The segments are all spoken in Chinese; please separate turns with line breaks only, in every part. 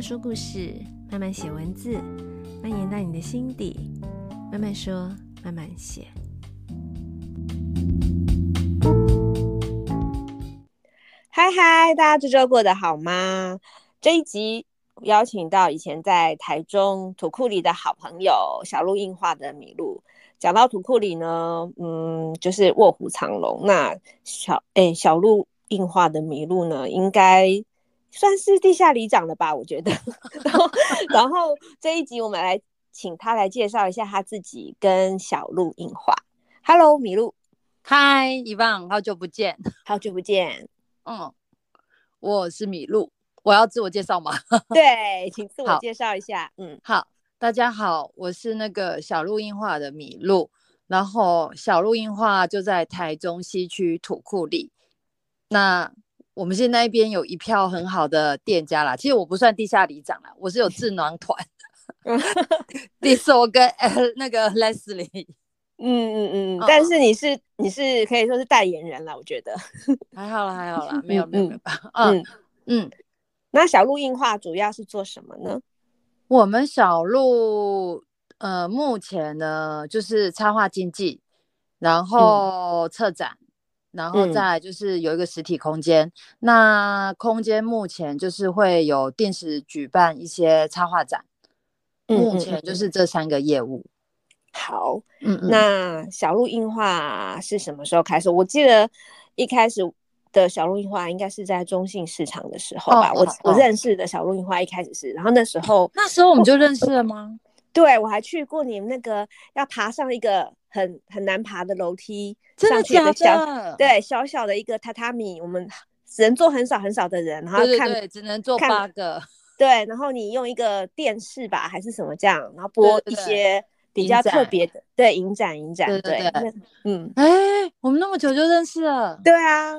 说故事，慢慢写文字，蔓延到你的心底。慢慢说，慢慢写。
嗨嗨，大家这周过得好吗？这一集邀请到以前在台中土库里的好朋友小鹿映画的米露。讲到土库里呢，嗯，就是卧虎藏龙。那小哎小鹿映画的麋鹿呢，应该算是地下里长了吧？我觉得。 然后，然后这一集我们来请他来介绍一下他自己跟小鹿映画。Hello，麋鹿，
嗨，伊万，好久不见。
好久不见。
嗯，我是米露，我要自我介绍吗？
对，请自我介绍一下。嗯，
好，大家好，我是那个小鹿映画的米露，然后小鹿映画就在台中西区土库里。那我们现在那边有一票很好的店家啦，其实我不算地下里长啦，我是有智囊团
嗯
，Diso 跟、呃、那个 Leslie。
嗯嗯嗯
嗯，
但是你是你是可以说是代言人了，我觉得。
还好啦，还好啦，没有
嗯
没有
嗯
没有吧。
嗯
嗯嗯，
那小鹿映画主要是做什么呢？
我们小鹿呃，目前呢就是插画经济，然后策展，然后
嗯
再来就是有一个实体空间。那空间目前就是会有定时举办一些插画展，
嗯
目
嗯
前
嗯
就是这三个业务。
好，
嗯嗯，
那小鹿映画是什么时候开始？我记得一开始的小鹿映画应该是在中信市场的时候
哦
吧。
哦
我我
哦
认识的小鹿映画一开始是，然后那时候
那时候我们就认识了吗？
对我还去过你们那个要爬上一个很很难爬的楼梯，
真
上
的
去一个
假
小
的？
对小小的一个榻榻米，我们只能坐很少很少的人，然后
对对
看
对，只能做
看
八个。
对，然后你用一个电视吧，还是什么这样，然后播
对
一
对
些比
影
较特
展
别的，对，影展影展，
对对
对
对，
那嗯，
哎，我们那么久就认识了
对啊，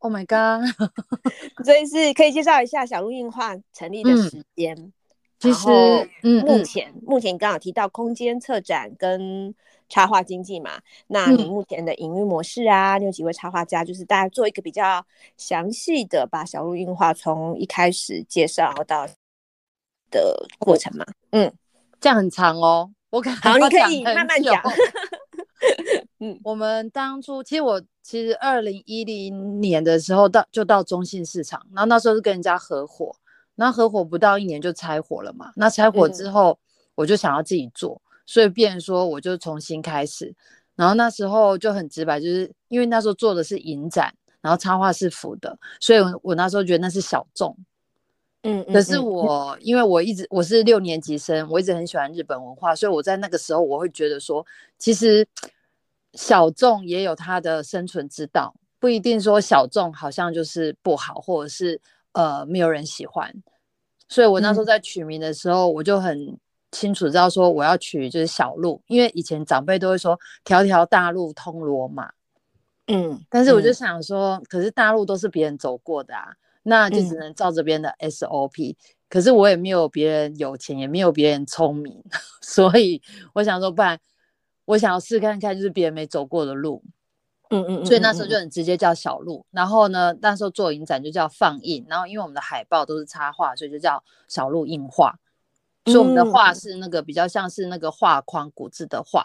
？Oh my god！
所以是可以介绍一下小鹿映画成立的
嗯
时间。
其
然
实
后，
嗯
目
嗯，
前、目前刚好提到空间策展跟插画经济嘛，那你
嗯
目前的营运模式啊，你有几位插画家，就是大家做一个比较详细的把小鹿映画从一开始介绍到的过程嘛。
这样很长哦，我感觉
好，你
要
可以
很
慢慢
久
讲。嗯
我们当初其实我其实二零一零年的时候到就到中信市场，然后那时候是跟人家合伙，然后合伙不到一年就拆伙了嘛。那拆伙之后，我就想要自己做，所以变成说我就重新开始。然后那时候就很直白，就是因为那时候做的是影展，然后插画是浮的，所以我我那时候觉得那是小众。
嗯，嗯
可是
嗯
我因为我一直我是六年级生，我一直很喜欢日本文化，所以我在那个时候我会觉得说，其实小众也有它的生存之道，不一定说小众好像就是不好，或者是呃没有人喜欢。所以我
嗯
那时候在取名的时候，我就很清楚知道说我要取就是小路，因为以前长辈都会说条条大路通罗马，
嗯，
但是我就
嗯
想说，可是大陆都是别人走过的啊，那就只
嗯
能照着别人的 SOP、可是我也没有别人有钱，也没有别人聪明， 所以我想说，不然我想要试看看，就是别人没走过的路。
嗯嗯嗯，
所以那时候
嗯
就很直接叫小鹿。然后呢，那时候做影展就叫放映，然后因为我们的海报都是插画，所以就叫小鹿印画。所以我们的
嗯
画是那个比较像是那个画框古字的画，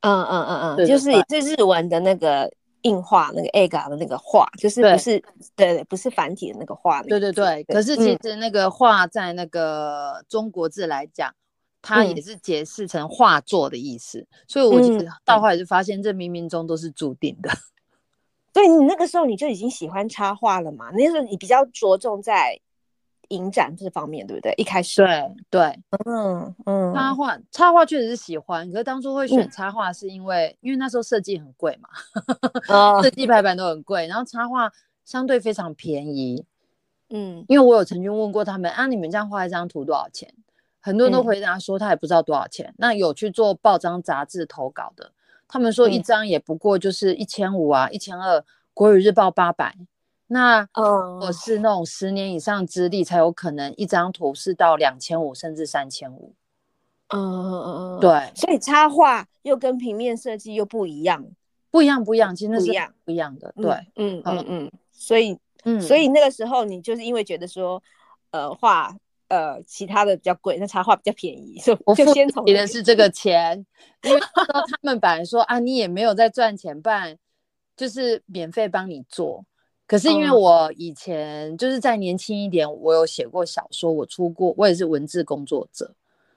嗯嗯嗯嗯，
对
就
对
是也是日文的那个硬化那个 ega 的那个化，就是不
对
是对对，不是繁体的那个化。
对对对，可
嗯
是其实那个画在那个中国字来讲，它
嗯
也是解释成画作的意思，所以我就
嗯
到后来就发现这冥冥中都是注定的。
对你那个时候你就已经喜欢插画了嘛？那时候你比较着重在影展这方面，对不对？一开始，
对对，
嗯
插
嗯，
画插画确实是喜欢，可是当初会选
嗯
插画是因为、因为那时候设计很贵嘛，
哦
设计排版都很贵，然后插画相对非常便宜，
嗯
因为我有曾经问过他们啊，你们这样画一张图多少钱？很多人都
嗯
回答说他也不知道多少钱。那有去做报章杂志投稿的，他们说一
嗯
张也不过就是一千五啊，一千二，《国语日报》八百。那我
嗯
是那种十年以上资历才有可能一张图是到两千五甚至三千五。
嗯嗯嗯，嗯，
对，
所以插画又跟平面设计又不一样，
不一样不一样，其实那
不一
是
样
不一样的。
嗯
对，，
嗯
好
嗯嗯，所以
嗯，
所以那个时候你就是因为觉得说，呃，画呃其他的比较贵，那插画比较便宜，所以
我
就
付
先从
你的是这个钱，因为那时候他们本来说啊，你也没有在赚钱，不然就是免费帮你做。可是因为
嗯
我以前就是再年轻一点，我有写过小说，我出过，我也是文字工作者，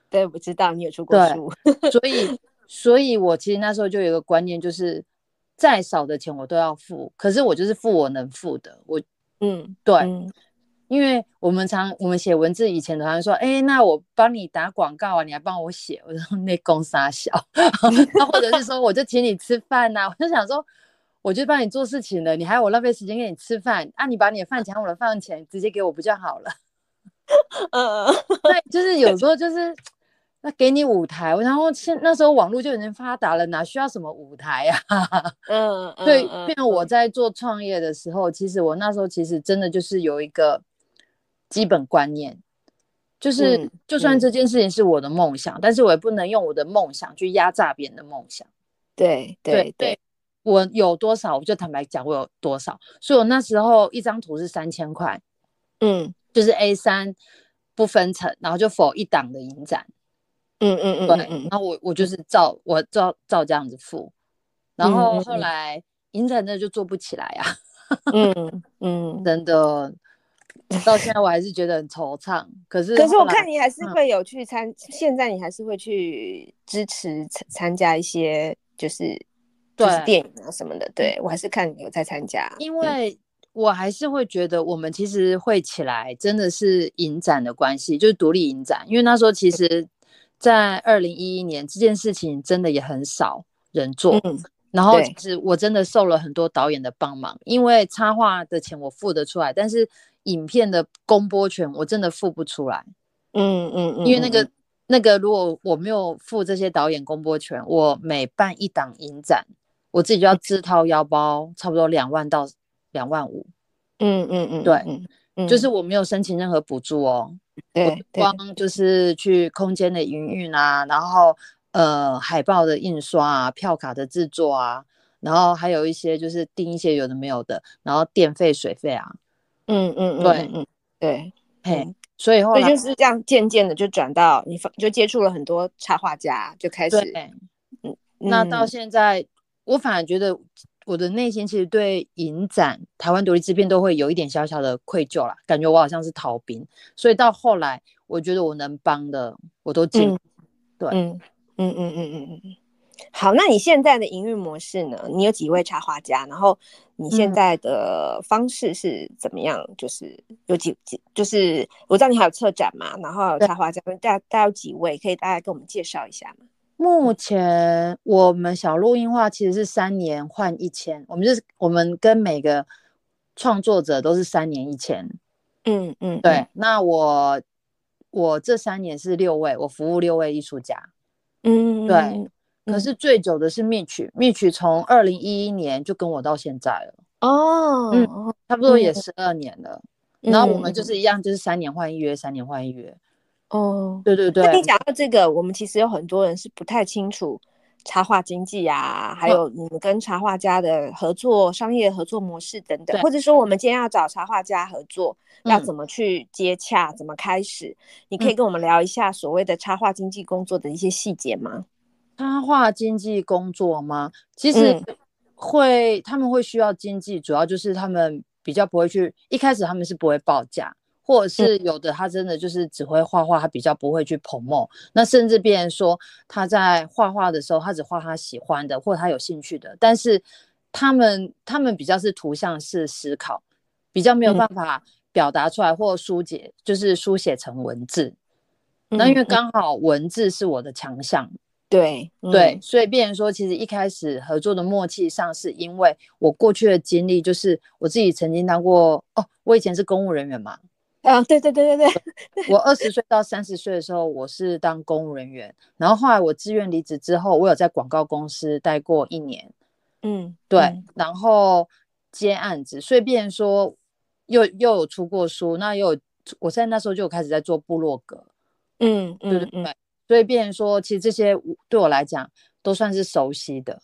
对，我知道你有出过
对
书，
所以，所以我其实那时候就有一个观念，就是再少的钱我都要付，可是我就是付我能付的，我
嗯，
对，
嗯
因为我们常我们写文字以前常常说，哎、那我帮你打广告啊，你还帮我写，我说那公傻小， 那或者是说我就请你吃饭呐、我就想说，我就帮你做事情了，你还要我浪费时间给你吃饭啊？你把你的饭钱、我的饭钱直接给我不就好了？
嗯嗯
对，就是有时候就是那给你舞台，然后现那时候网络就已经发达了，哪需要什么舞台啊？
嗯嗯，
对，
嗯
变成我在做创业的时候，其实我那时候其实真的就是有一个基本观念，就是、
嗯
就算
嗯
这件事情是我的梦想，但是我也不能用我的梦想去压榨别人的梦想。
对对
对，我有多少，我就坦白讲，我有多少。所以我那时候一张图是三千块，
嗯
就是 A 三不分层，然后就否一档的影展。
嗯嗯嗯
对，
嗯
然后我我就是照我照照这样子付，然
嗯
后
嗯
后
嗯
来影展真的就做不起来啊。
嗯嗯嗯。
真的，到现在我还是觉得很惆怅。可是
可是
后
我
来
看你还是
嗯
会有去参，现在你还是会去支持参参加一些，就是就是
对
电影啊什么的。对我还是看你有在参加，
因为我还是会觉得我们其实会起来，真的是影展的关系，就是独立影展。因为那时候其实，在二零一一年这件事情真的也很少人做，
嗯
然后
对
其实我真的受了很多导演的帮忙，因为插画的钱我付得出来，但是影片的公播权我真的付不出来。
嗯嗯嗯，
因为那
嗯
个那个，如果我没有付这些导演公播权，我每办一档影展，我自己就要自掏腰包，差不多两万到两万五，
嗯嗯嗯，
对
嗯，嗯
就是我没有申请任何补助哦，我
对对，
光就是去空间的营运啊，然后呃海报的印刷啊，票卡的制作啊，然后还有一些就是订一些有的没有的，然后电费水费啊，
嗯嗯嗯
对
嗯嗯对，
嘿
嗯，
所以后
所以
来
就是这样渐渐的就转到你发就接触了很多插画家，就开始
对。那到
嗯
现在，我反而觉得我的内心其实对影展、台湾独立制片都会有一点小小的愧疚啦，感觉我好像是逃兵。所以到后来，我觉得我能帮的我都尽。
嗯嗯嗯嗯嗯嗯嗯嗯。好，那你现在的营运模式呢？你有几位插画家？然后你现
嗯
在的方式是怎么样？就是有几几，就是我知道你还有策展嘛，然后还有
对
插画家，大大概有几位？可以大概跟我们介绍一下吗？
目前我们小录音化其实是三年换一千，我们就是我们跟每个创作者都是三年一千。
嗯嗯，
对，，那我我这三年是六位，我服务六位艺术家。
嗯，
对
嗯
可
嗯
是最久的是 Mitch，Mitch 从二零一一年就跟我到现在了，
哦，
嗯
哦
差不多也
嗯
十二年了。
嗯
然后我们就
嗯
是一样，就是三年换一约，三年换一约。
哦，
对对对
那，你讲到这个，我们其实有很多人是不太清楚插画经济啊，还
嗯
有你们跟插画家的合作、商业合作模式等等，
对
或者说我们今天要找插画家合作，要
嗯
怎么去接洽、怎么开始？你可以
嗯
跟我们聊一下所谓的插画经济工作的一些细节吗？
插画经纪工作吗？其实
嗯
会，他们会需要经纪，主要就是他们比较不会去，一开始他们是不会报价，或者
嗯
是有的他真的就是只会画画，他比较不会去 promo。那甚至别人说他在画画的时候，他只画他喜欢的或他有兴趣的，但是他们他们比较是图像式思考，比较没有
嗯
办法表达出来或书写，就是书写成文字。
嗯
那因为
嗯
刚好文字是我的强项，
对嗯
对，，所以变成说，其实一开始合作的默契上，是因为我过去的经历，就是我自己曾经当过哦，我以前是公务人员嘛，
嗯啊，对对对对对，
我二十岁到三十岁的时候，我是当公务人员，然后后来我自愿离职之后，我有在广告公司待过一年，
嗯，
对，
嗯
然后接案子，所以变成说又又有出过书，那又有我在那时候就有开始在做部落格，
嗯嗯
对对对，
嗯
所以变成说，其实这些我对我来讲都算是熟悉的。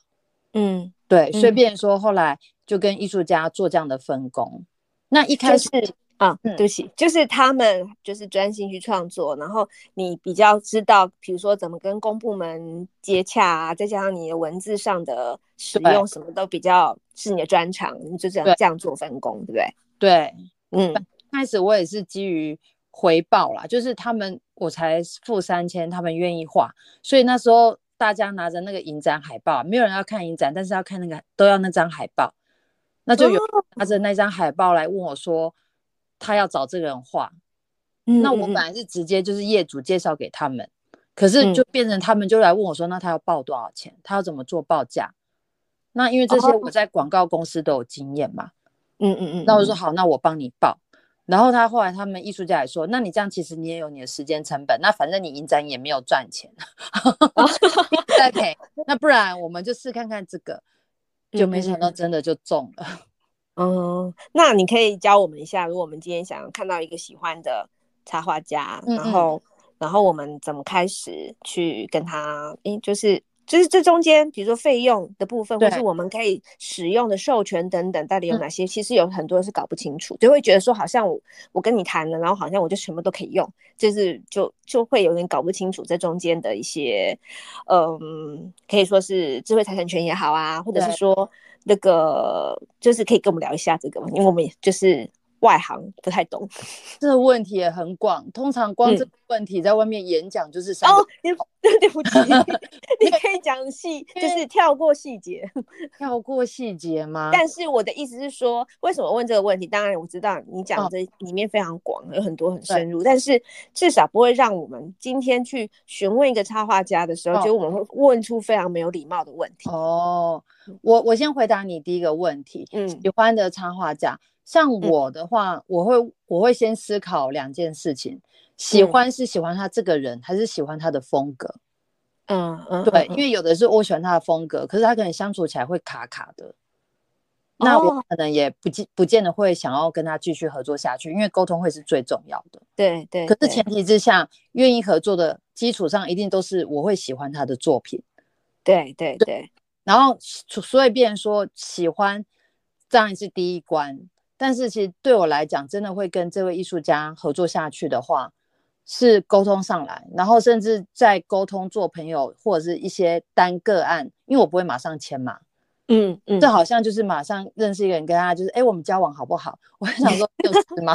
嗯，
对，所以
嗯
变成说后来就跟艺术家做这样的分工。那一开
就
始
是啊，
嗯
对不起，就是他们就是专心去创作，然后你比较知道，比如说怎么跟公部门接洽啊，再加上你的文字上的使
对
用，什么都比较是你的专长，你就这样
对
这样做分工，对不对？
对，
嗯，
开始我也是基于回报啦，就是他们我才付三千，他们愿意画，所以那时候大家拿着那个影展海报，没有人要看影展，但是要看那个都要那张海报，那就有人拿着那张海报来问我说，他要找这个人画，那我
嗯
本
嗯
来是直接就是业主介绍给他们，可是
嗯
就变成他们就来问我说，那他要报多少钱？他要怎么做报价？那因为这些
哦
我在广告公司都有经验嘛，
嗯嗯嗯，
那我
嗯
就说好，那我帮你报。然后他后来他们艺术家也说，那你这样其实你也有你的时间成本，那反正你影展也没有赚钱，
哦
再赔。那不然我们就试看看这个，
嗯
就没想到真的就中了。
哦，那你可以教我们一下，如果我们今天想要看到一个喜欢的插画家，
嗯
然
嗯
后然后我们怎么开始去跟他，诶，就是就是这中间，比如说费用的部分，或是
对
我们可以使用的授权等等，到底有
嗯
哪些？其实有很多人是搞不清楚，就会觉得说好像我我跟你谈了，然后好像我就什么都可以用，就是就就会有点搞不清楚这中间的一些，嗯，可以说是智慧财产权也好啊，或者是
对
说那个就是可以跟我们聊一下这个嘛，因为我们也就是外行不太懂。
这个问题也很广，通常光这
嗯
个问题在外面演讲就是三
哦
个，
你 对不起，你可以讲细，就是跳过细节。
跳过细节吗？
但是我的意思是说，为什么问这个问题？当然我知道你
嗯
讲这里面非常广，有很多很深入，但是至少不会让我们今天去询问一个插画家的时候，
哦
就我们会问出非常没有礼貌的问题。
哦，我我先回答你第一个问题，
嗯
喜欢的插画家，像我的话，我会我会先思考两件事情，喜
嗯
欢是喜欢他这个人，还是喜欢他的风格？
嗯嗯，
对，
嗯
因为有的是我喜欢他的风格，可是他可能相处起来会卡卡的，那我
哦
可能也不见不见得会想要跟他继续合作下去，因为沟通会是最重要的。
对对，
可
对
是前提之下，愿意合作的基础上，一定都是我会喜欢他的作品。
对对对，
然后所所以变成说喜欢，当然是第一关。但是其实对我来讲，真的会跟这位艺术家合作下去的话，是沟通上来，然后甚至在沟通做朋友或者是一些单个案，因为我不会马上签嘛，
嗯嗯
这好像就是马上认识一个人，跟他就是哎、诶我们交往好不好？ 我很想说就是吗？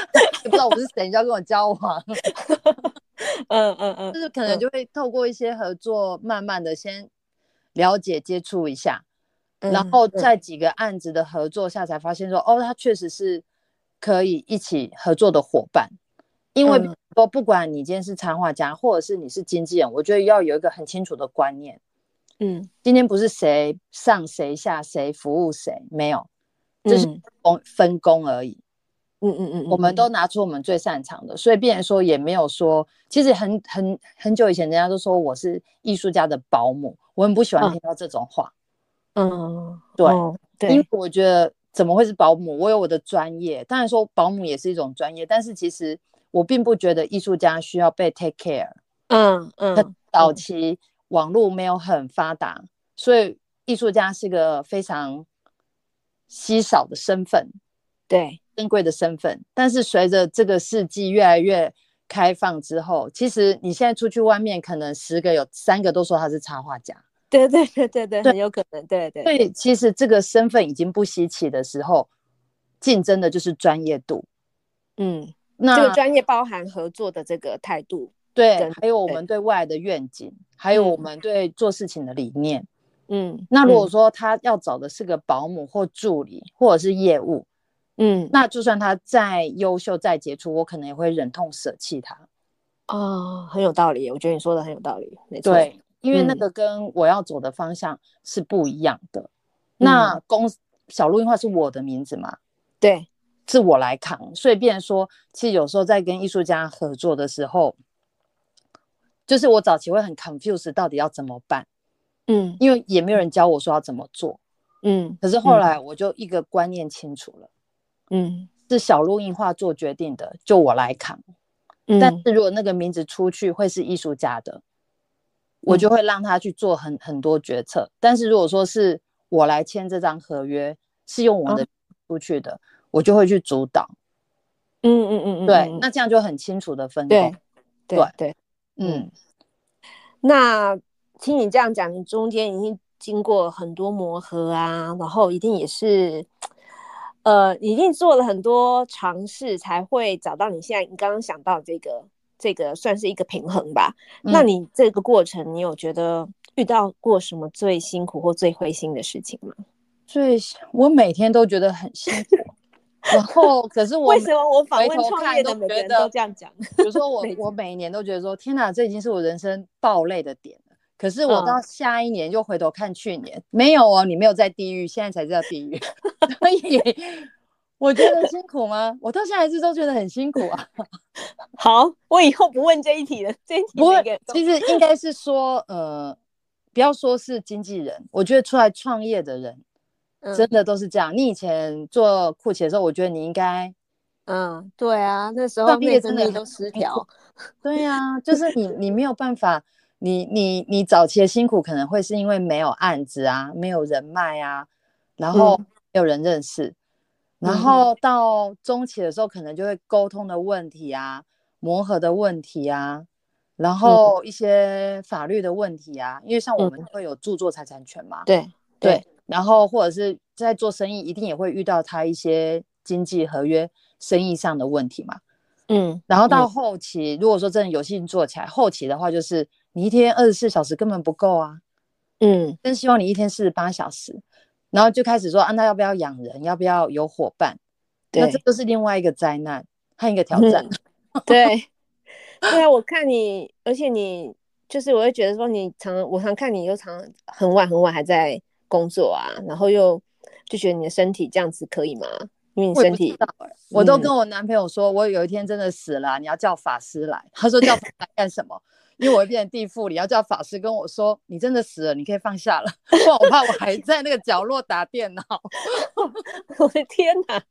不知道我是谁，你就要跟我交往，
嗯嗯嗯
就是可能就会透过一些合作，慢慢的先了解接触一下，
嗯，
然后
嗯
在几个案子的合作下，才发现说，哦，他确实是可以一起合作的伙伴。因为比如
嗯
说，不管你今天是插画家，或者是你是经纪人，我觉得要有一个很清楚的观念。
嗯
今天不是谁上谁下，谁服务谁，没有，就是
嗯
分分工而已。
嗯嗯嗯，
我们
嗯
都拿出我们最擅长的，所以变成说也没有说，其实很很很久以前，人家都说我是艺术家的保姆，我很不喜欢
嗯
听到这种话。
嗯
对
哦对，
因为我觉得怎么会是保姆？我有我的专业，当然说保姆也是一种专业，但是其实我并不觉得艺术家需要被 take care。
嗯嗯
早期网络没有很发达，所以艺术家是个非常稀少的身份，
对，
珍贵的身份。但是随着这个世纪越来越开放之后，其实你现在出去外面，可能十个有三个都说他是插画家。
对对对对对，很有可能，对对
所以其实这个身份已经不稀奇的时候，竞争的就是专业度。
嗯，
那
这个专业包含合作的这个态度，
对
跟，
还有我
对
们对未来的愿景，还有我
嗯
们对做事情的理念。
嗯，
那如果说他要找的是个保姆或助理，或者是业务，
嗯
那就算他再优秀、再杰出，我可能也会忍痛舍弃他。
嗯哦，很有道理，我觉得你说的很有道理，没错，
对，因为那
嗯
个跟我要走的方向是不一样的。
嗯
那公司小录音化是我的名字嘛，
对，
是我来扛，所以变成说，其实有时候在跟艺术家合作的时候，就是我早期会很 confused，到底要怎么办，
嗯
因为也没有人教我说要怎么做。
嗯
可是后来我就一个观念清楚了，
嗯
是小录音化做决定的，就我来扛。但
嗯
是如果那个名字出去会是艺术家的，我
嗯
就会让他去做很很多决策。但是如果说是我
哦
来签这张合约，是用我的出去的，我就会去主导。
嗯嗯嗯嗯，
对
嗯，
那这样就很清楚的分
对
工。
对
对
对。
嗯，
那听你这样讲，你中间已经经过很多磨合啊，然后一定也是，呃，一定做了很多尝试，才会找到你现在你刚刚想到这个这个算是一个平衡吧。那
嗯
你这个过程，你有觉得遇到过什么最辛苦或最灰心的事情吗？
最我每天都觉得很辛苦， 然后可是我
为什么我访
回
问
头
创
看
业
都
的每个
觉
人
得
都这样讲？
比如说我
每，
我每一年都觉得说，天哪，这已经是我人生爆累的点了。可是我
嗯
到下一年就回头看去年，没有哦，你没有在地狱，现在才叫地狱。 所以我觉得辛苦吗？我到现在还是都觉得很辛苦啊。
好，我以后不问这一题了， 这一题
不过
每个人都
其实应该是说，呃，不要说是经纪人，我觉得出来创业的人
嗯
真的都是这样。你以前做酷奇的时候，我觉得你应该
嗯，对啊，那时候
创
内
业
分
真的
泌
很
都失
辛苦
调，
对呀、就是你你没有办法，你你你早期的辛苦可能会是因为没有案子啊，没有人脉啊，然后
嗯
没有人认识，然
嗯
后到中期的时候可能就会沟通的问题啊，磨合的问题啊，然后一些法律的问题啊，因为像我们会有著作财产权嘛，
对
对，然后或者是在做生意，一定也会遇到他一些经济合约、生意上的问题嘛。
嗯
然后到
嗯
后期，如果说真的有幸做起来，后期的话就是你一天二十四小时根本不够啊，
嗯
真希望你一天四十八小时。然后就开始说，啊，那要不要养人？要不要有伙伴？那这
对嗯
就是另外一个灾难和一个挑战。
对 对啊！我看你，而且你就是，我会觉得说你常，我常看你又常很晚很晚还在工作啊，然后又就觉得你的身体这样子可以吗？因为你
我也
身
不知
体
道欸我都
嗯
跟我男朋友说，我有一天真的死了啊、你要叫法师来。他说叫法师来干什么？因为我会变成地缚，你要叫法师跟我说，你真的死了，你可以放下了，不然我怕我还在那个角落打电脑。
我的天哪！啊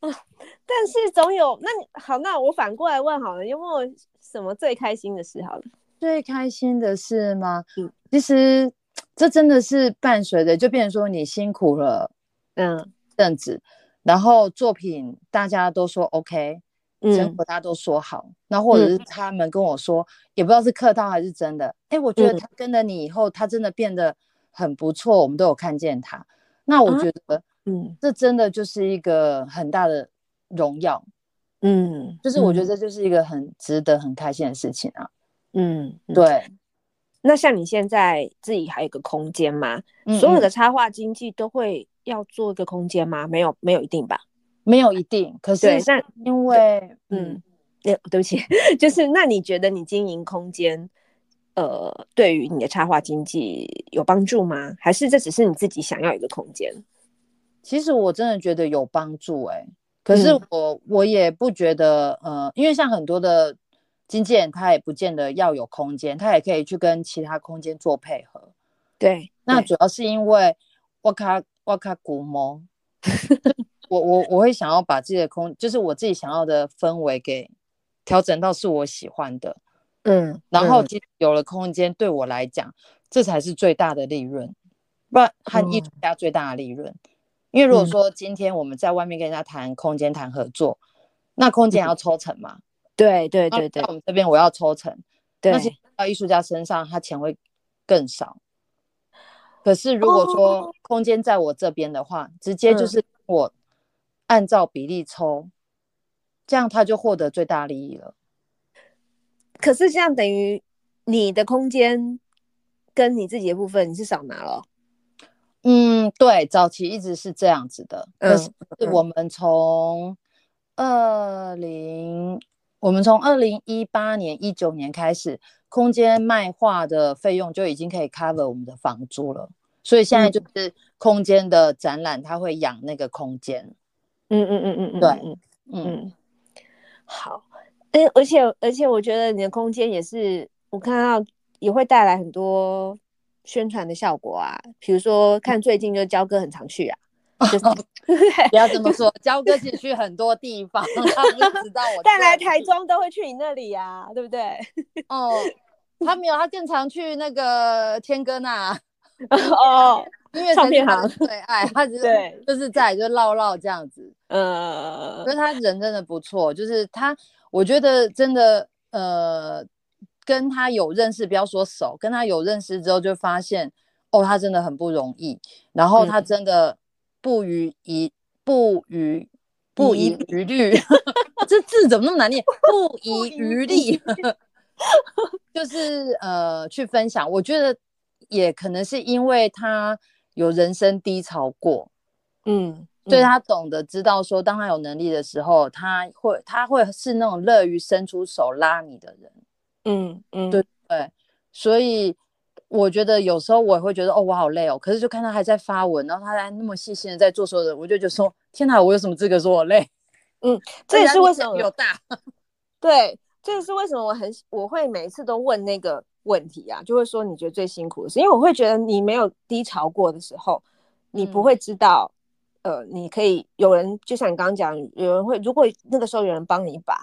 但是总有那你好，那我反过来问好了，有没有什么最开心的事？好了，
最开心的事吗？
嗯
其实这真的是伴随着，就变成说你辛苦了
嗯
阵子，然后作品大家都说 OK，成
嗯
果大家都说好，那、或者是他们跟我说，也不知道是客套还是真的，哎、我觉得
嗯
他跟了你以后，他真的变得很不错，我们都有看见他，那我
啊
觉得
嗯
这真的就是一个很大的荣耀，
嗯，
就是我觉
嗯
得这就是一个很值得、很开心的事情啊，
嗯，嗯
对。
那像你现在自己还有一个空间吗？
嗯
所有
嗯
的插画经济都会要做一个空间吗？没有，没有一定吧。
没有一定，可是
对，那
因为
嗯
嗯，，
那对不起， 就是那你觉得你经营空间，呃，对于你的插画经济有帮助吗？还是这只是你自己想要一个空间？
其实我真的觉得有帮助哎、可是
嗯
我、我也不觉得呃，因为像很多的经纪人，他也不见得要有空间，他也可以去跟其他空间做配合。
对，
那
对
主要是因为我卡我卡古猫，我我我会想要把自己的空，就是我自己想要的氛围给调整到是我喜欢的，
嗯，
然后
嗯
其实有了空间，对我来讲，这才是最大的利润，不然和艺术家最大的利润。因为如果
嗯
说今天我们在外面跟人家谈空间、谈合作，那空间还要抽成嘛？
对嗯对
那
对对
在我们这边我要抽成，那其实
对，
到艺术家身上，他钱会更少。可是如果说空间在我这边的话，直接就
哦嗯
是我按照比例抽，这样他就获得最大利益了。
可是这样等于你的空间跟你自己的部分你是少拿了哦，
嗯，对，早期一直是这样子的，可是
嗯
我们从二零，我们从二零一八年、一九年开始，空间卖画的费用就已经可以 cover 我们的房租了，所以现在
嗯
就是空间的展览，它会养那个空间，
嗯嗯嗯嗯嗯，
对
嗯
嗯，
嗯，好，嗯，而且而且，我觉得你的空间也是，我看到也会带来很多宣传的效果啊。比如说，看最近就焦哥很常 去啊，就是对
不要这么说，焦哥其实去很多地方，他不知道我
带来
这
台
里
中都会去你那里呀、啊，对不对？
哦，他没有，他更常去那个天哥那。
哦，
音乐
唱
才是
片
他的哎
行
最爱，他只是
对
就是在就唠唠这样子。
呃
因，为他人真的不错，就是他，我觉得真的，呃，跟他有认识，不要说熟，跟他有认识之后，就发现，哦，他真的很不容易，然后他真的不予一不予不遗余虑， 这字怎么那么难念？ 不遗余力， 就是呃，去分享。我觉得也可能是因为他有人生低潮过，
嗯，
所以
嗯，
他懂得知道说，当他有能力的时候，他会他会是那种乐于伸出手拉你的人。
嗯嗯，
对所以我觉得有时候我也会觉得哦，我好累哦。可是就看他还在发文，然后他还那么细心的在做所有的，我就觉得说，天哪，我有什么资格说我累？
这也是为
人家
什么嗯
力气比我大？
对，这
嗯
也是为什么我很喜我会每次都问那个问题啊，就会说你觉得最辛苦的事，因为我会觉得你没有低潮过的时候，你不
嗯
会知道，呃，你可以有人就像你刚刚讲，有人会如果那个时候有人帮你一把，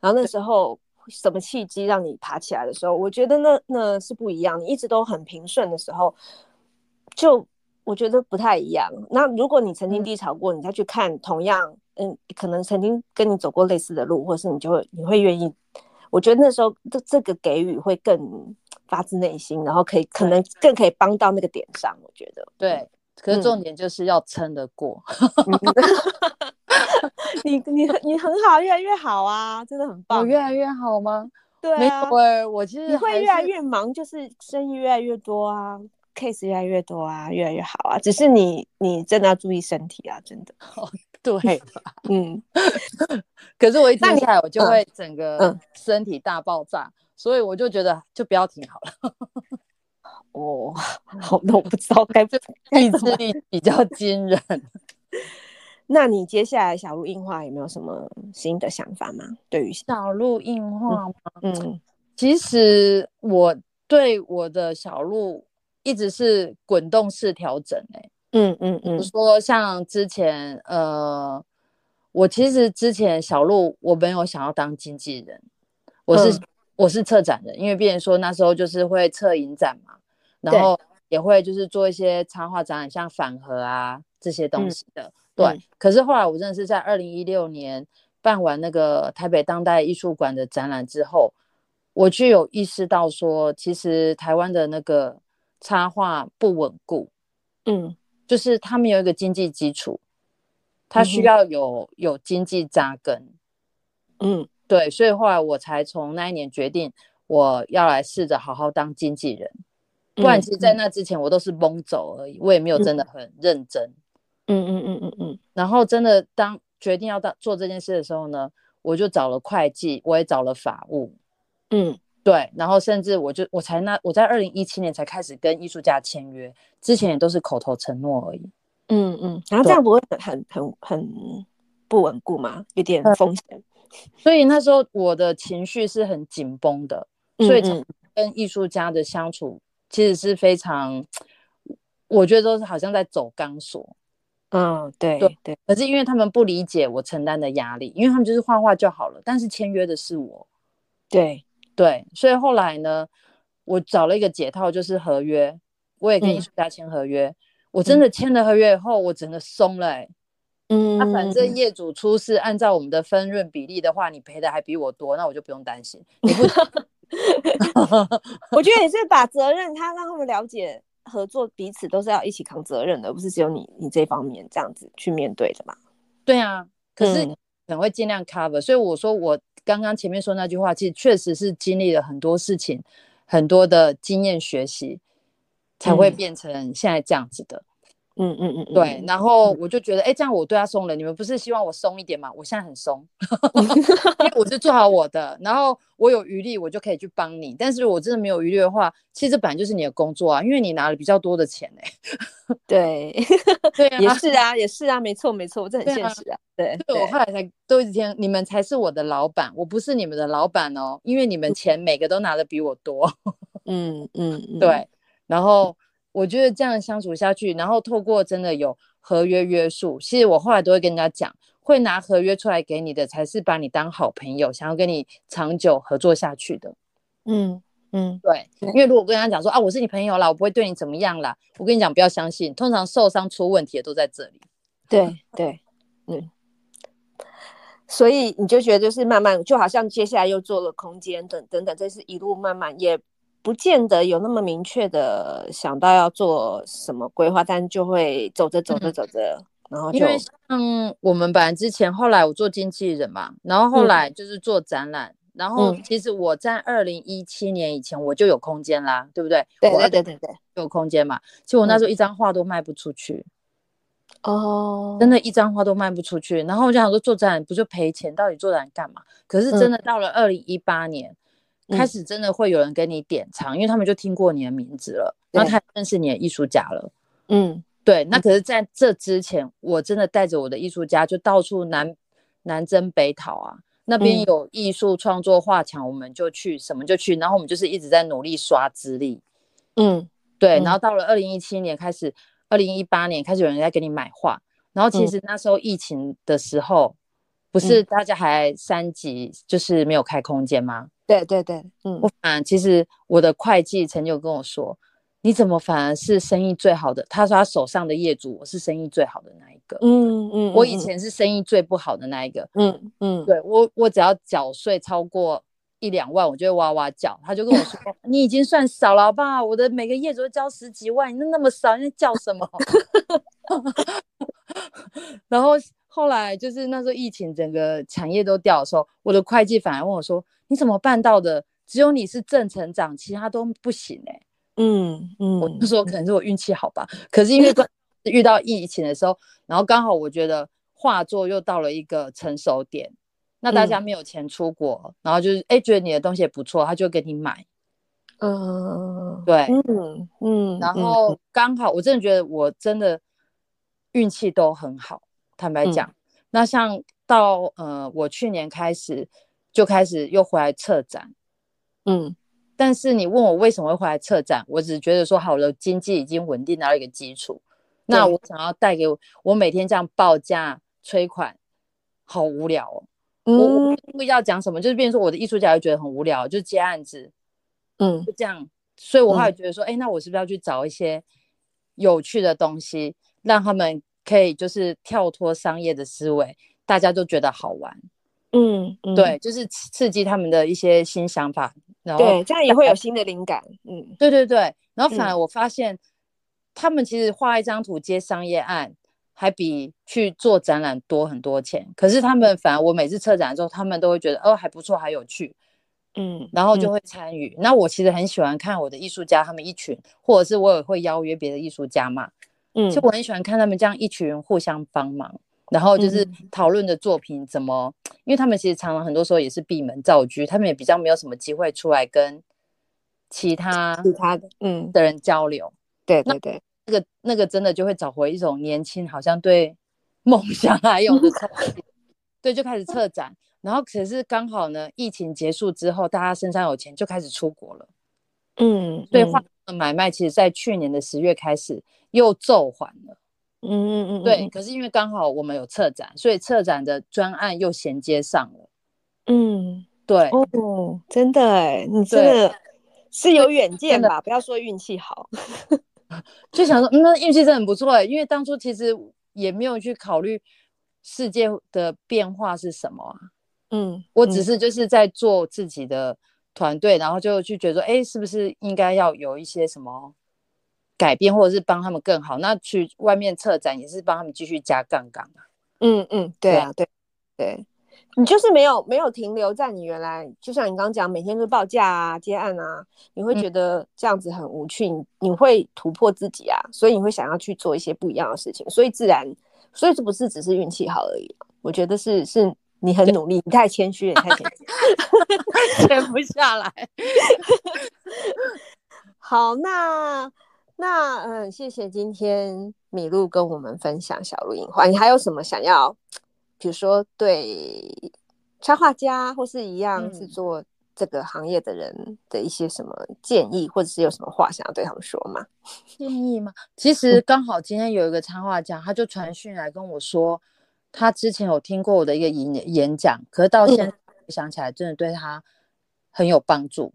然后那时候什么契机让你爬起来的时候，我觉得那那是不一样。你一直都很平顺的时候，就我觉得不太一样。那如果你曾经
嗯
低潮过，你再去看同样，嗯，可能曾经跟你走过类似的路，或是你就会你会愿意。我觉得那时候这这个给予会更发自内心，然后可以可能更可以帮到那个点上。我觉得，
对，
嗯
可是重点就是要撑得过。
你你你很好，越来越好啊，真的很棒。
我越来越好吗？
对
没
啊
有，哎、我其实
你
还
会越来
是
越忙，就是生意越来越多啊，case 越来越多啊，越来越好啊。只是你你真的要注意身体啊，真的。
对。
嗯，
可是我一
那
停
你
下来，我就
嗯
会整个
嗯
身体大爆炸，所以我就觉得就不要停好了。
哦， 好，那我不知道 该不该
意
怎
志
么。
力比较惊人。
那你接下来小鹿硬化有没有什么新的想法吗？对于
小鹿硬化吗，
嗯
其实我对我的小鹿一直是滚动式调整、欸。
嗯嗯
比如
嗯
说像之前，呃，我其实之前小鹿我没有想要当经纪人，我是、
嗯
我是策展人，因为别人说那时候就是会策影展嘛，然
对
后也会就是做一些插画展览，像反核啊这些东
嗯
西的。对，
嗯
可是后来我真的是在二零一六年办完那个台北当代艺术馆的展览之后，我就有意识到说，其实台湾的那个插画不稳固。
嗯
就是他们有一个经济基础，他
嗯
需
哼
要有、有经济扎根。
嗯
对，所以后来我才从那一年决定，我要来试着好好当经纪人。不然，
嗯
其实在那之前我都是蒙走而已，我也没有真的很认真。
嗯嗯嗯嗯嗯
然后真的当决定要当做这件事的时候呢，我就找了会计，我也找了法务，
嗯
对，然后甚至我就我才那我在二零一七年才开始跟艺术家签约，之前也都是口头承诺而已。
嗯嗯，然后这样不会很很很很不稳固吗？有点风险。
所以那时候我的情绪是很紧绷的，所以
嗯
常跟艺术家的相处其实是非常，我觉得都是好像在走钢索。
嗯，对
对
对，
可是因为他们不理解我承担的压力，因为他们就是画画就好了，但是签约的是我，
对，
对，所以后来呢，我找了一个解套，就是合约，我也跟
嗯
艺术家签合约。我真的签了合约以后，我整个松了、欸。
嗯，
那、反正业主出事，按照我们的分润比例的话，你赔的还比我多，那我就不用担心。你不
我觉得也是把责任，他让他们了解合作彼此都是要一起扛责任的，而不是只有你你这方面这样子去面对的嘛。
对啊，可是
嗯
可能会尽量 cover，、所以我说我刚刚前面说那句话，其实确实是经历了很多事情，很多的经验学习，才会
嗯
变成现在这样子的。
嗯嗯嗯，嗯
对，，然后我就觉得，哎、这样我对他松了。你们不是希望我松一点吗？我现在 很松，因为我是做好我的，然后我有余力，我就可以去帮你。但是如果我真的没有余力的话，其实这本来就是你的工作啊，因为你拿了比较多的钱哎、
对，
对啊，
也是啊，也是啊，没错没错，这很
对
现
啊
实啊。对
对，我后来才都一直听，你们才是我的老板，我不是你们的老板哦，因为你们钱每个都拿的比我多。
嗯嗯嗯，
对，然后我觉得这样相处下去，然后透过真的有合约约束，其实我后来都会跟人家讲，会拿合约出来给你的，才是把你当好朋友，想要跟你长久合作下去的。
嗯嗯
对，
对
因为如果跟人家讲说啊，我是你朋友啦，我不会对你怎么样啦，我跟你讲不要相信，通常受伤出问题的都在这里。
对对，嗯，所以你就觉得就是慢慢，就好像接下来又做了空间等等等，这是一路慢慢，也不见得有那么明确的想到要做什么规划，但就会走着走着走着，然后就
嗯因为像我们本来之前，后来我做经纪人嘛，然后后来就是做展览，然后
嗯
其实我在二零一七年以前我就有空间啦，对不对？
对
我
对嗯对对对，
有空间嘛。其实我那时候一张画都卖不出去，
哦
真的，一张画都卖不出去。然后我就想说，做展览不就赔钱？到底做展览干嘛？可是真的到了二零一八年。
嗯
开始真的会有人跟你点唱，因为他们就听过你的名字了，
对
然后他认识你的艺术家了。
嗯
对，那可是在这之前，我真的带着我的艺术家就到处南南征北讨啊。那边
嗯
有艺术创作画墙，我们就去，什么就去，然后我们就是一直在努力刷资历。
嗯
对，
嗯
然后到了二零一七年开始，二零一八年开始有人在给你买画，然后其
嗯
实那时候疫情的时候，不是大家还三级，就是没有开空间吗？
对对对，嗯
我反而其实我的会计曾经有跟我说，你怎么反而是生意最好的？他说他手上的业主，我是生意最好的那一个，
嗯嗯，
我以前是生意最不好的那一个。
嗯嗯
对我，我只要缴税超过一两万，我就会哇哇叫。他就跟我说：“你已经算少了，好不好？我的每个业主都交十几万，你那那么少，你在叫什么？” 然后后来就是那时候疫情整个产业都掉的时候，我的会计反而问我说：“你怎么办到的？只有你是正成长，其他都不行哎、
嗯嗯，
我那时候可能是我运气好吧，可是因为 刚遇到疫情的时候，然后刚好我觉得画作又到了一个成熟点，那大
嗯
家没有钱出国，然后就是哎、诶觉得你的东西也不错，他就给你买，
嗯
对，
嗯嗯，
然后刚好我真的觉得我真的运气都很好，坦
嗯
白讲，那像到呃我去年开始就开始又回来策展，
嗯
但是你问我为什么会回来策展，我只觉得说好了，经济已经稳定到一个基础，那
对
我想要带给我，我每天这样报价催款，好无聊哦。我我
嗯
不知道讲什么，就是变成说我的艺术家就觉得很无聊，就接案子
嗯
就这样，所以我后来觉得说，哎、那我是不是要去找一些有趣的东西，让他们可以就是跳脱商业的思维，大家都觉得好玩，
嗯嗯，
对，就是刺刺激他们的一些新想法，然后
对，这样也会有新的灵感，嗯
对对对，然后
嗯
反而我发现，他们其实画一张图接商业案，还比去做展览多很多钱。可是他们反而我每次策展的时候，他们都会觉得哦还不错，还有趣，
嗯
然后就
嗯
会参与。那我其实很喜欢看我的艺术家他们一群，或者是我也会邀约别的艺术家嘛，
嗯
其实我很喜欢看他们这样一群人互相帮忙。然后就是
嗯
讨论的作品怎么，因为他们其实常常很多时候也是闭门造车，他们也比较没有什么机会出来跟其他
其他的，嗯，
的人交流，
对对对，
那个那个真的就会找回一种年轻，好像对梦想还有的憧憬，对，就开始策展。然后可是刚好呢，疫情结束之后，大家身上有钱就开始出国了，
嗯，
所以
嗯
画的买卖其实在去年的十月开始又骤缓了。
嗯嗯嗯，
对，可是因为刚好我们有策展，所以策展的专案又衔接上了。
嗯，
对，
哦，真的哎，你真的是有远见吧？不要说运气 好，
就想说，嗯，那运气真的很不错哎、因为当初其实也没有去考虑世界的变化是什么啊。
嗯，
我只
嗯
是就是在做自己的团队，然后就去觉得说，哎、是不是应该要有一些什么改变，或者是帮他们更好？那去外面策展也是帮他们继续加杠杆啊嘛。
嗯嗯，对
对
啊，对对，你就是没有没有停留在你原来，就像你刚刚讲，每天都报价啊、接案啊，你会
嗯
觉得这样子很无趣，你你会突破自己啊，所以你会想要去做一些不一样的事情，所以自然，所以这不是只是运气好而已，啊我觉得是是你很努力，你太谦虚了，你太谦虚了。
减不下来。
好，那那嗯，谢谢今天米露跟我们分享小鹿影画。你还有什么想要，比如说对插画家或是一样是
嗯
做这个行业的人的一些什么建议，或者是有什么话想要对他们说吗？
建议吗？其实刚好今天有一个插画家，他就传讯来跟我说，他之前有听过我的一个演演讲，可是到现在回想起来，真的对他很有帮助。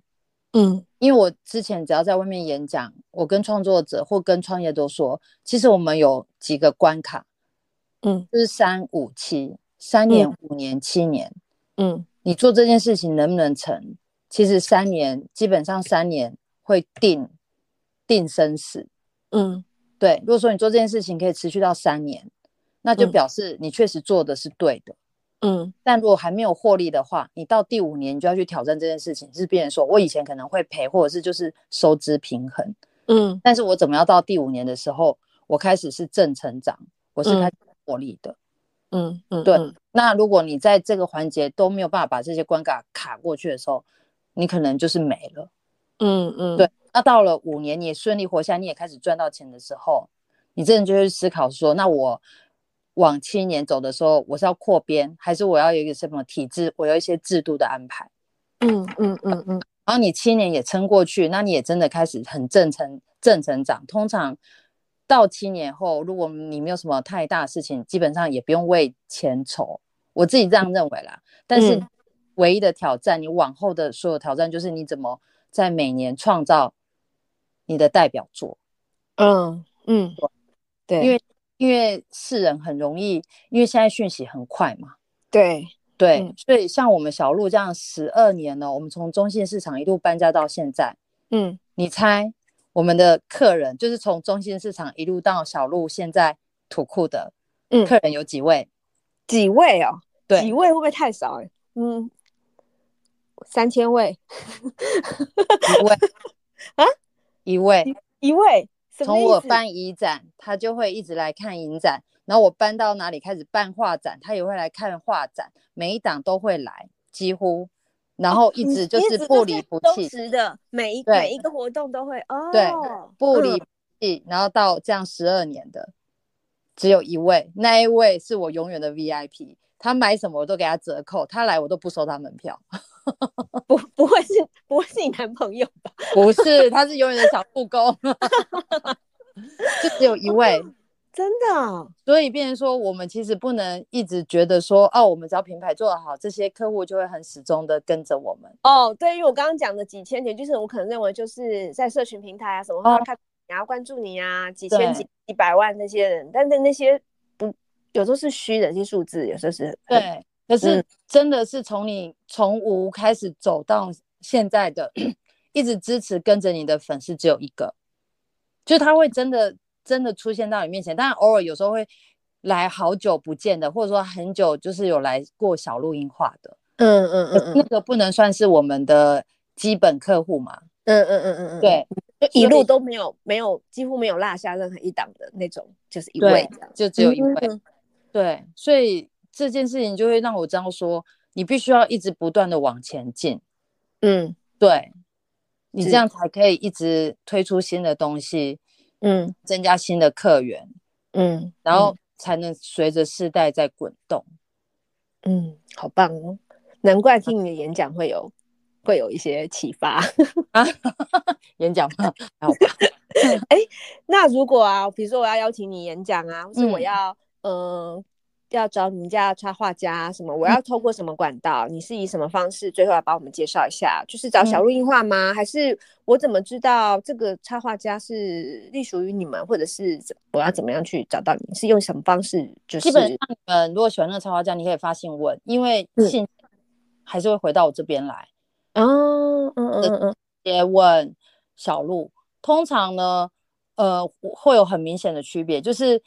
嗯
因为我之前只要在外面演讲，我跟创作者或跟创业都说，其实我们有几个关卡，
嗯
就是三五七。三年、
嗯
五年、七年，
嗯
你做这件事情能不能成？其实三年，基本上三年会定定生死。
嗯
对，如果说你做这件事情可以持续到三年，那就
嗯
表示你确实做的是对的。
嗯
但如果还没有获利的话，你到第五年你就要去挑战这件事情，是变成说我以前可能会赔，或者是就是收支平衡，
嗯
但是我怎么样到第五年的时候，我开始是正成长，我是
嗯
开始获利的。
嗯嗯，
对
嗯
那如果你在这个环节都没有办法把这些关卡卡过去的时候，你可能就是没了。
嗯嗯，
对，那到了五年你也顺利活下来，你也开始赚到钱的时候，你真的就会思考说，那我往七年走的时候，我是要扩编，还是我要有一个什么体制，我有一些制度的安排？
嗯嗯嗯嗯
然后你七年也撑过去，那你也真的开始很正成正成长。通常到七年后，如果你没有什么太大的事情，基本上也不用为钱愁。我自己这样认为啦。但是
嗯
唯一的挑战，你往后的所有挑战就是你怎么在每年创造你的代表作，
嗯嗯，对，
因为因为世人很容易，因为现在讯息很快嘛，
对，
对，
嗯
所以像我们小鹿这样十二年呢、我们从中信市场一路搬家到现在。
嗯
你猜我们的客人就是从中心市场一路到小路，现在土库的
嗯，
客人有几位？
几位哦？几
对，
位会不会太少、欸？嗯，三千位，
一位
啊，
一位。
一位，什么
从
意
我
思
办影展，他就会一直来看影展，然后我搬到哪里开始办画展，他也会来看画展，每一档都会来，几乎，然后一直就
哦你
是
指
不
都
离
是
不
忠
弃，
实的，每一
对
每一个活动都会哦，
对不离
嗯
不弃，然后到这样十二年的，只有一位，那一位是我永远的 VIP，他买什么我都给他折扣，他来我都不收他门票，
不不会是不会是你男朋友吧？
不是，他是永远的小护工， 就只有一位，
真的哦，
所以变成说我们其实不能一直觉得说哦，我们只要品牌做得好，这些客户就会很始终的跟着我们。
哦，对于我刚刚讲的几千点，就是我可能认为就是在社群平台啊什么，他
哦
看你啊关注你啊，几千
对
几几百万那些人，但是那些不有时候是虚的，一些数字，有时候是很，
对，可是真的是从你从无开始走到现在的，一直支持跟着你的粉丝只有一个，就他会真的真的出现到你面前，当然偶尔有时候会来好久不见的，或者说很久就是有来过小录音化的，
嗯嗯嗯
那
嗯
个不能算是我们的基本客户嘛？
嗯嗯嗯嗯嗯，
对，
就一
所
路
以
都没有没有几乎没有落下任何一档的那种，就是一
对
位这样，
就只有一位。
嗯
对，所以这件事情就会让我知道说，你必须要一直不断的往前进。
嗯
对，你这
是
样才可以一直推出新的东西，
嗯
增加新的客源，
嗯，
然后才能随着世代在滚动。
嗯，好棒哦！难怪听你的演讲会有会有一些启发。
演讲 嘛，还好吧？
那如果啊，比如说我要邀请你演讲啊，或是我
嗯
要嗯、呃要找你们家的插画家啊什么，我
嗯
要透过什么管道？你是以什么方式？最后来帮我们介绍一下，就是找小
嗯
鹿映画吗？还是我怎么知道这个插画家是隶属于你们，或者是怎我要怎么样去找到你？是用什么方式？就是
基本上你们如果喜欢那个插画家，你可以发信问，因为
嗯
信还是会回到我这边来。
哦，嗯嗯嗯嗯，
直接问小鹿。通常呢，呃，会有很明显的区别，就是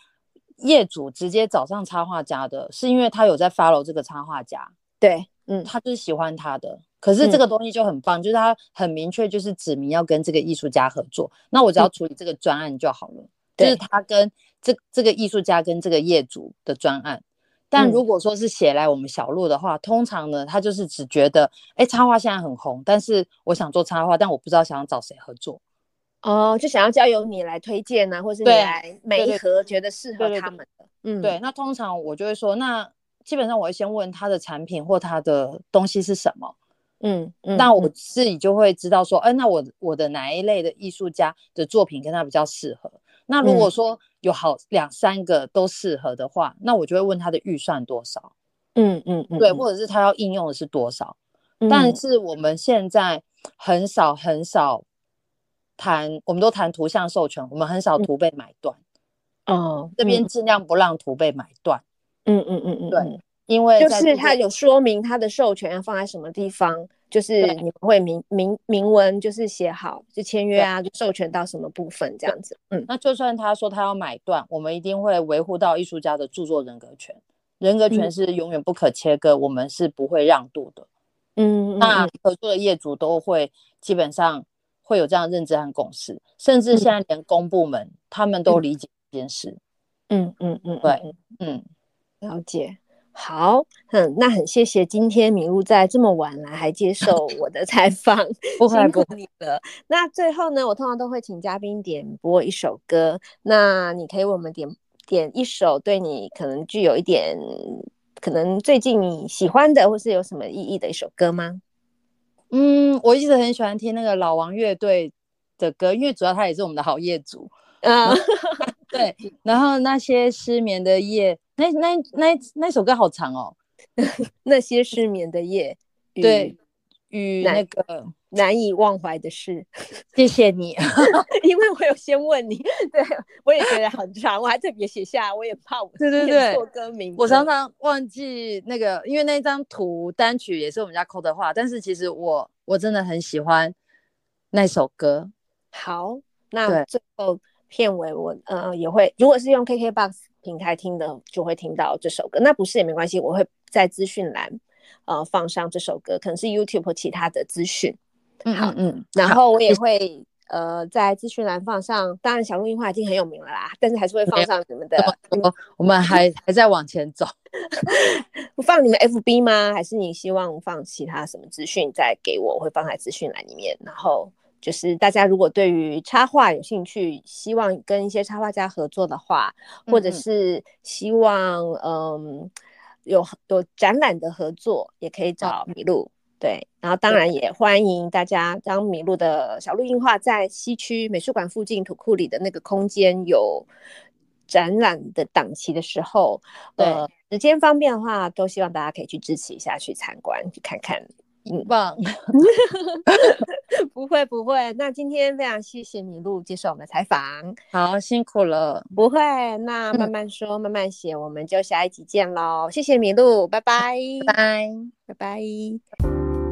业主直接找上插画家的，是因为他有在 follow 这个插画家，
对，嗯
他就是喜欢他的。可是这
嗯
个东西就很棒，就是他很明确，就是指明要跟这个艺术家合作。那我只要处理这个专案就好了，就
对
是他跟这这个艺术家跟这个业主的专案。但
嗯
如果说是写来我们小鹿的话，通常呢，他就是只觉得，哎，插画现在很红，但是我想做插画，但我不知道想要找谁合作。
哦，就想要交由你来推荐啊，或是你
对
来每
对
一
对
盒觉得适合
对对
他
对
们的，嗯，
对，，那通常我就会说，那基本上我会先问他的产品或他的东西是什么，
嗯嗯，
那我自己就会知道说，哎、那我我的哪一类的艺术家的作品跟他比较适合？那如果
嗯
说有好两三个都适合的话，那我就会问他的预算多少，
嗯嗯嗯，
对，
嗯
或者是他要应用的是多少。
嗯
但是我们现在很少很少谈，我们都谈图像授权，我们很少图被买断，
哦
这边
嗯
尽量不让图被买断。
嗯嗯嗯嗯，
对
嗯
因为
就
在
是
这
它
个
有说明它的授权放在什么地方，就是
对
你们会明明明文就是写好，就签约啊，就授权到什么部分这样子。嗯，
那就算他说他要买断，我们一定会维护到艺术家的著作人格权。人格权
嗯
是永远不可切割，我们是不会让渡的。
嗯，
那
嗯
合作的业主都会基本上会有这样的认知和共识，甚至现在连公部门他们都理解这件事。
嗯嗯嗯，嗯
对
嗯
嗯，
了解。好，嗯，那很谢谢今天明露在这么晚来还接受我的采访，
不会啊
辛
不
苦
会，
你了。那最后呢，我通常都会请嘉宾点播一首歌，那你可以为我们点点一首对你可能具有一点，可能最近你喜欢的或是有什么意义的一首歌吗？
嗯，我一直很喜欢听那个老王乐队的歌，因为主要他也是我们的好业主。
嗯，
对，然后那些失眠的夜，那那那那首歌好长哦。
那些失眠的夜，与
对，与
哪
那个
难以忘怀的事。
谢谢你。
嗯因为我有先问你， 对我也觉得很长，我还特别写下，我也怕我
对对
念
对
错歌名。
我常常忘记那个，因为那张图单曲也是我们家抠的话，但是其实我我真的很喜欢那首歌。
好，
对
那最后片尾我呃也会，如果是用 KKBOX 平台听的，就会听到这首歌。那不是也没关系，我会在资讯栏呃放上这首歌，可能是 YouTube 或其他的资讯。
嗯
好
嗯嗯，
然
好
后我也会呃在资讯栏放上，当然小鹿樱花已经很有名了啦，但是还是会放上你们的，
我我们还还在往前走。
放你们 FB 吗？还是你希望放其他什么资讯再给我？我会放在资讯栏里面。然后就是大家如果对于插画有兴趣，希望跟一些插画家合作的话，或者
嗯嗯
是希望嗯有有展览的合作，也可以找米露。对，然后当然也欢迎大家当米露的小鹿映画在西区美术馆附近土库里的那个空间有展览的档期的时候，呃，时间方便的话，都希望大家可以去支持一下，去参观去看看。
英镑，
不会不会，那今天非常谢谢米露接受我们的采访，
好辛苦了，
不会，那
嗯
慢慢说、慢慢写，我们就下一集见喽，谢谢米露，拜拜
拜拜。
拜拜。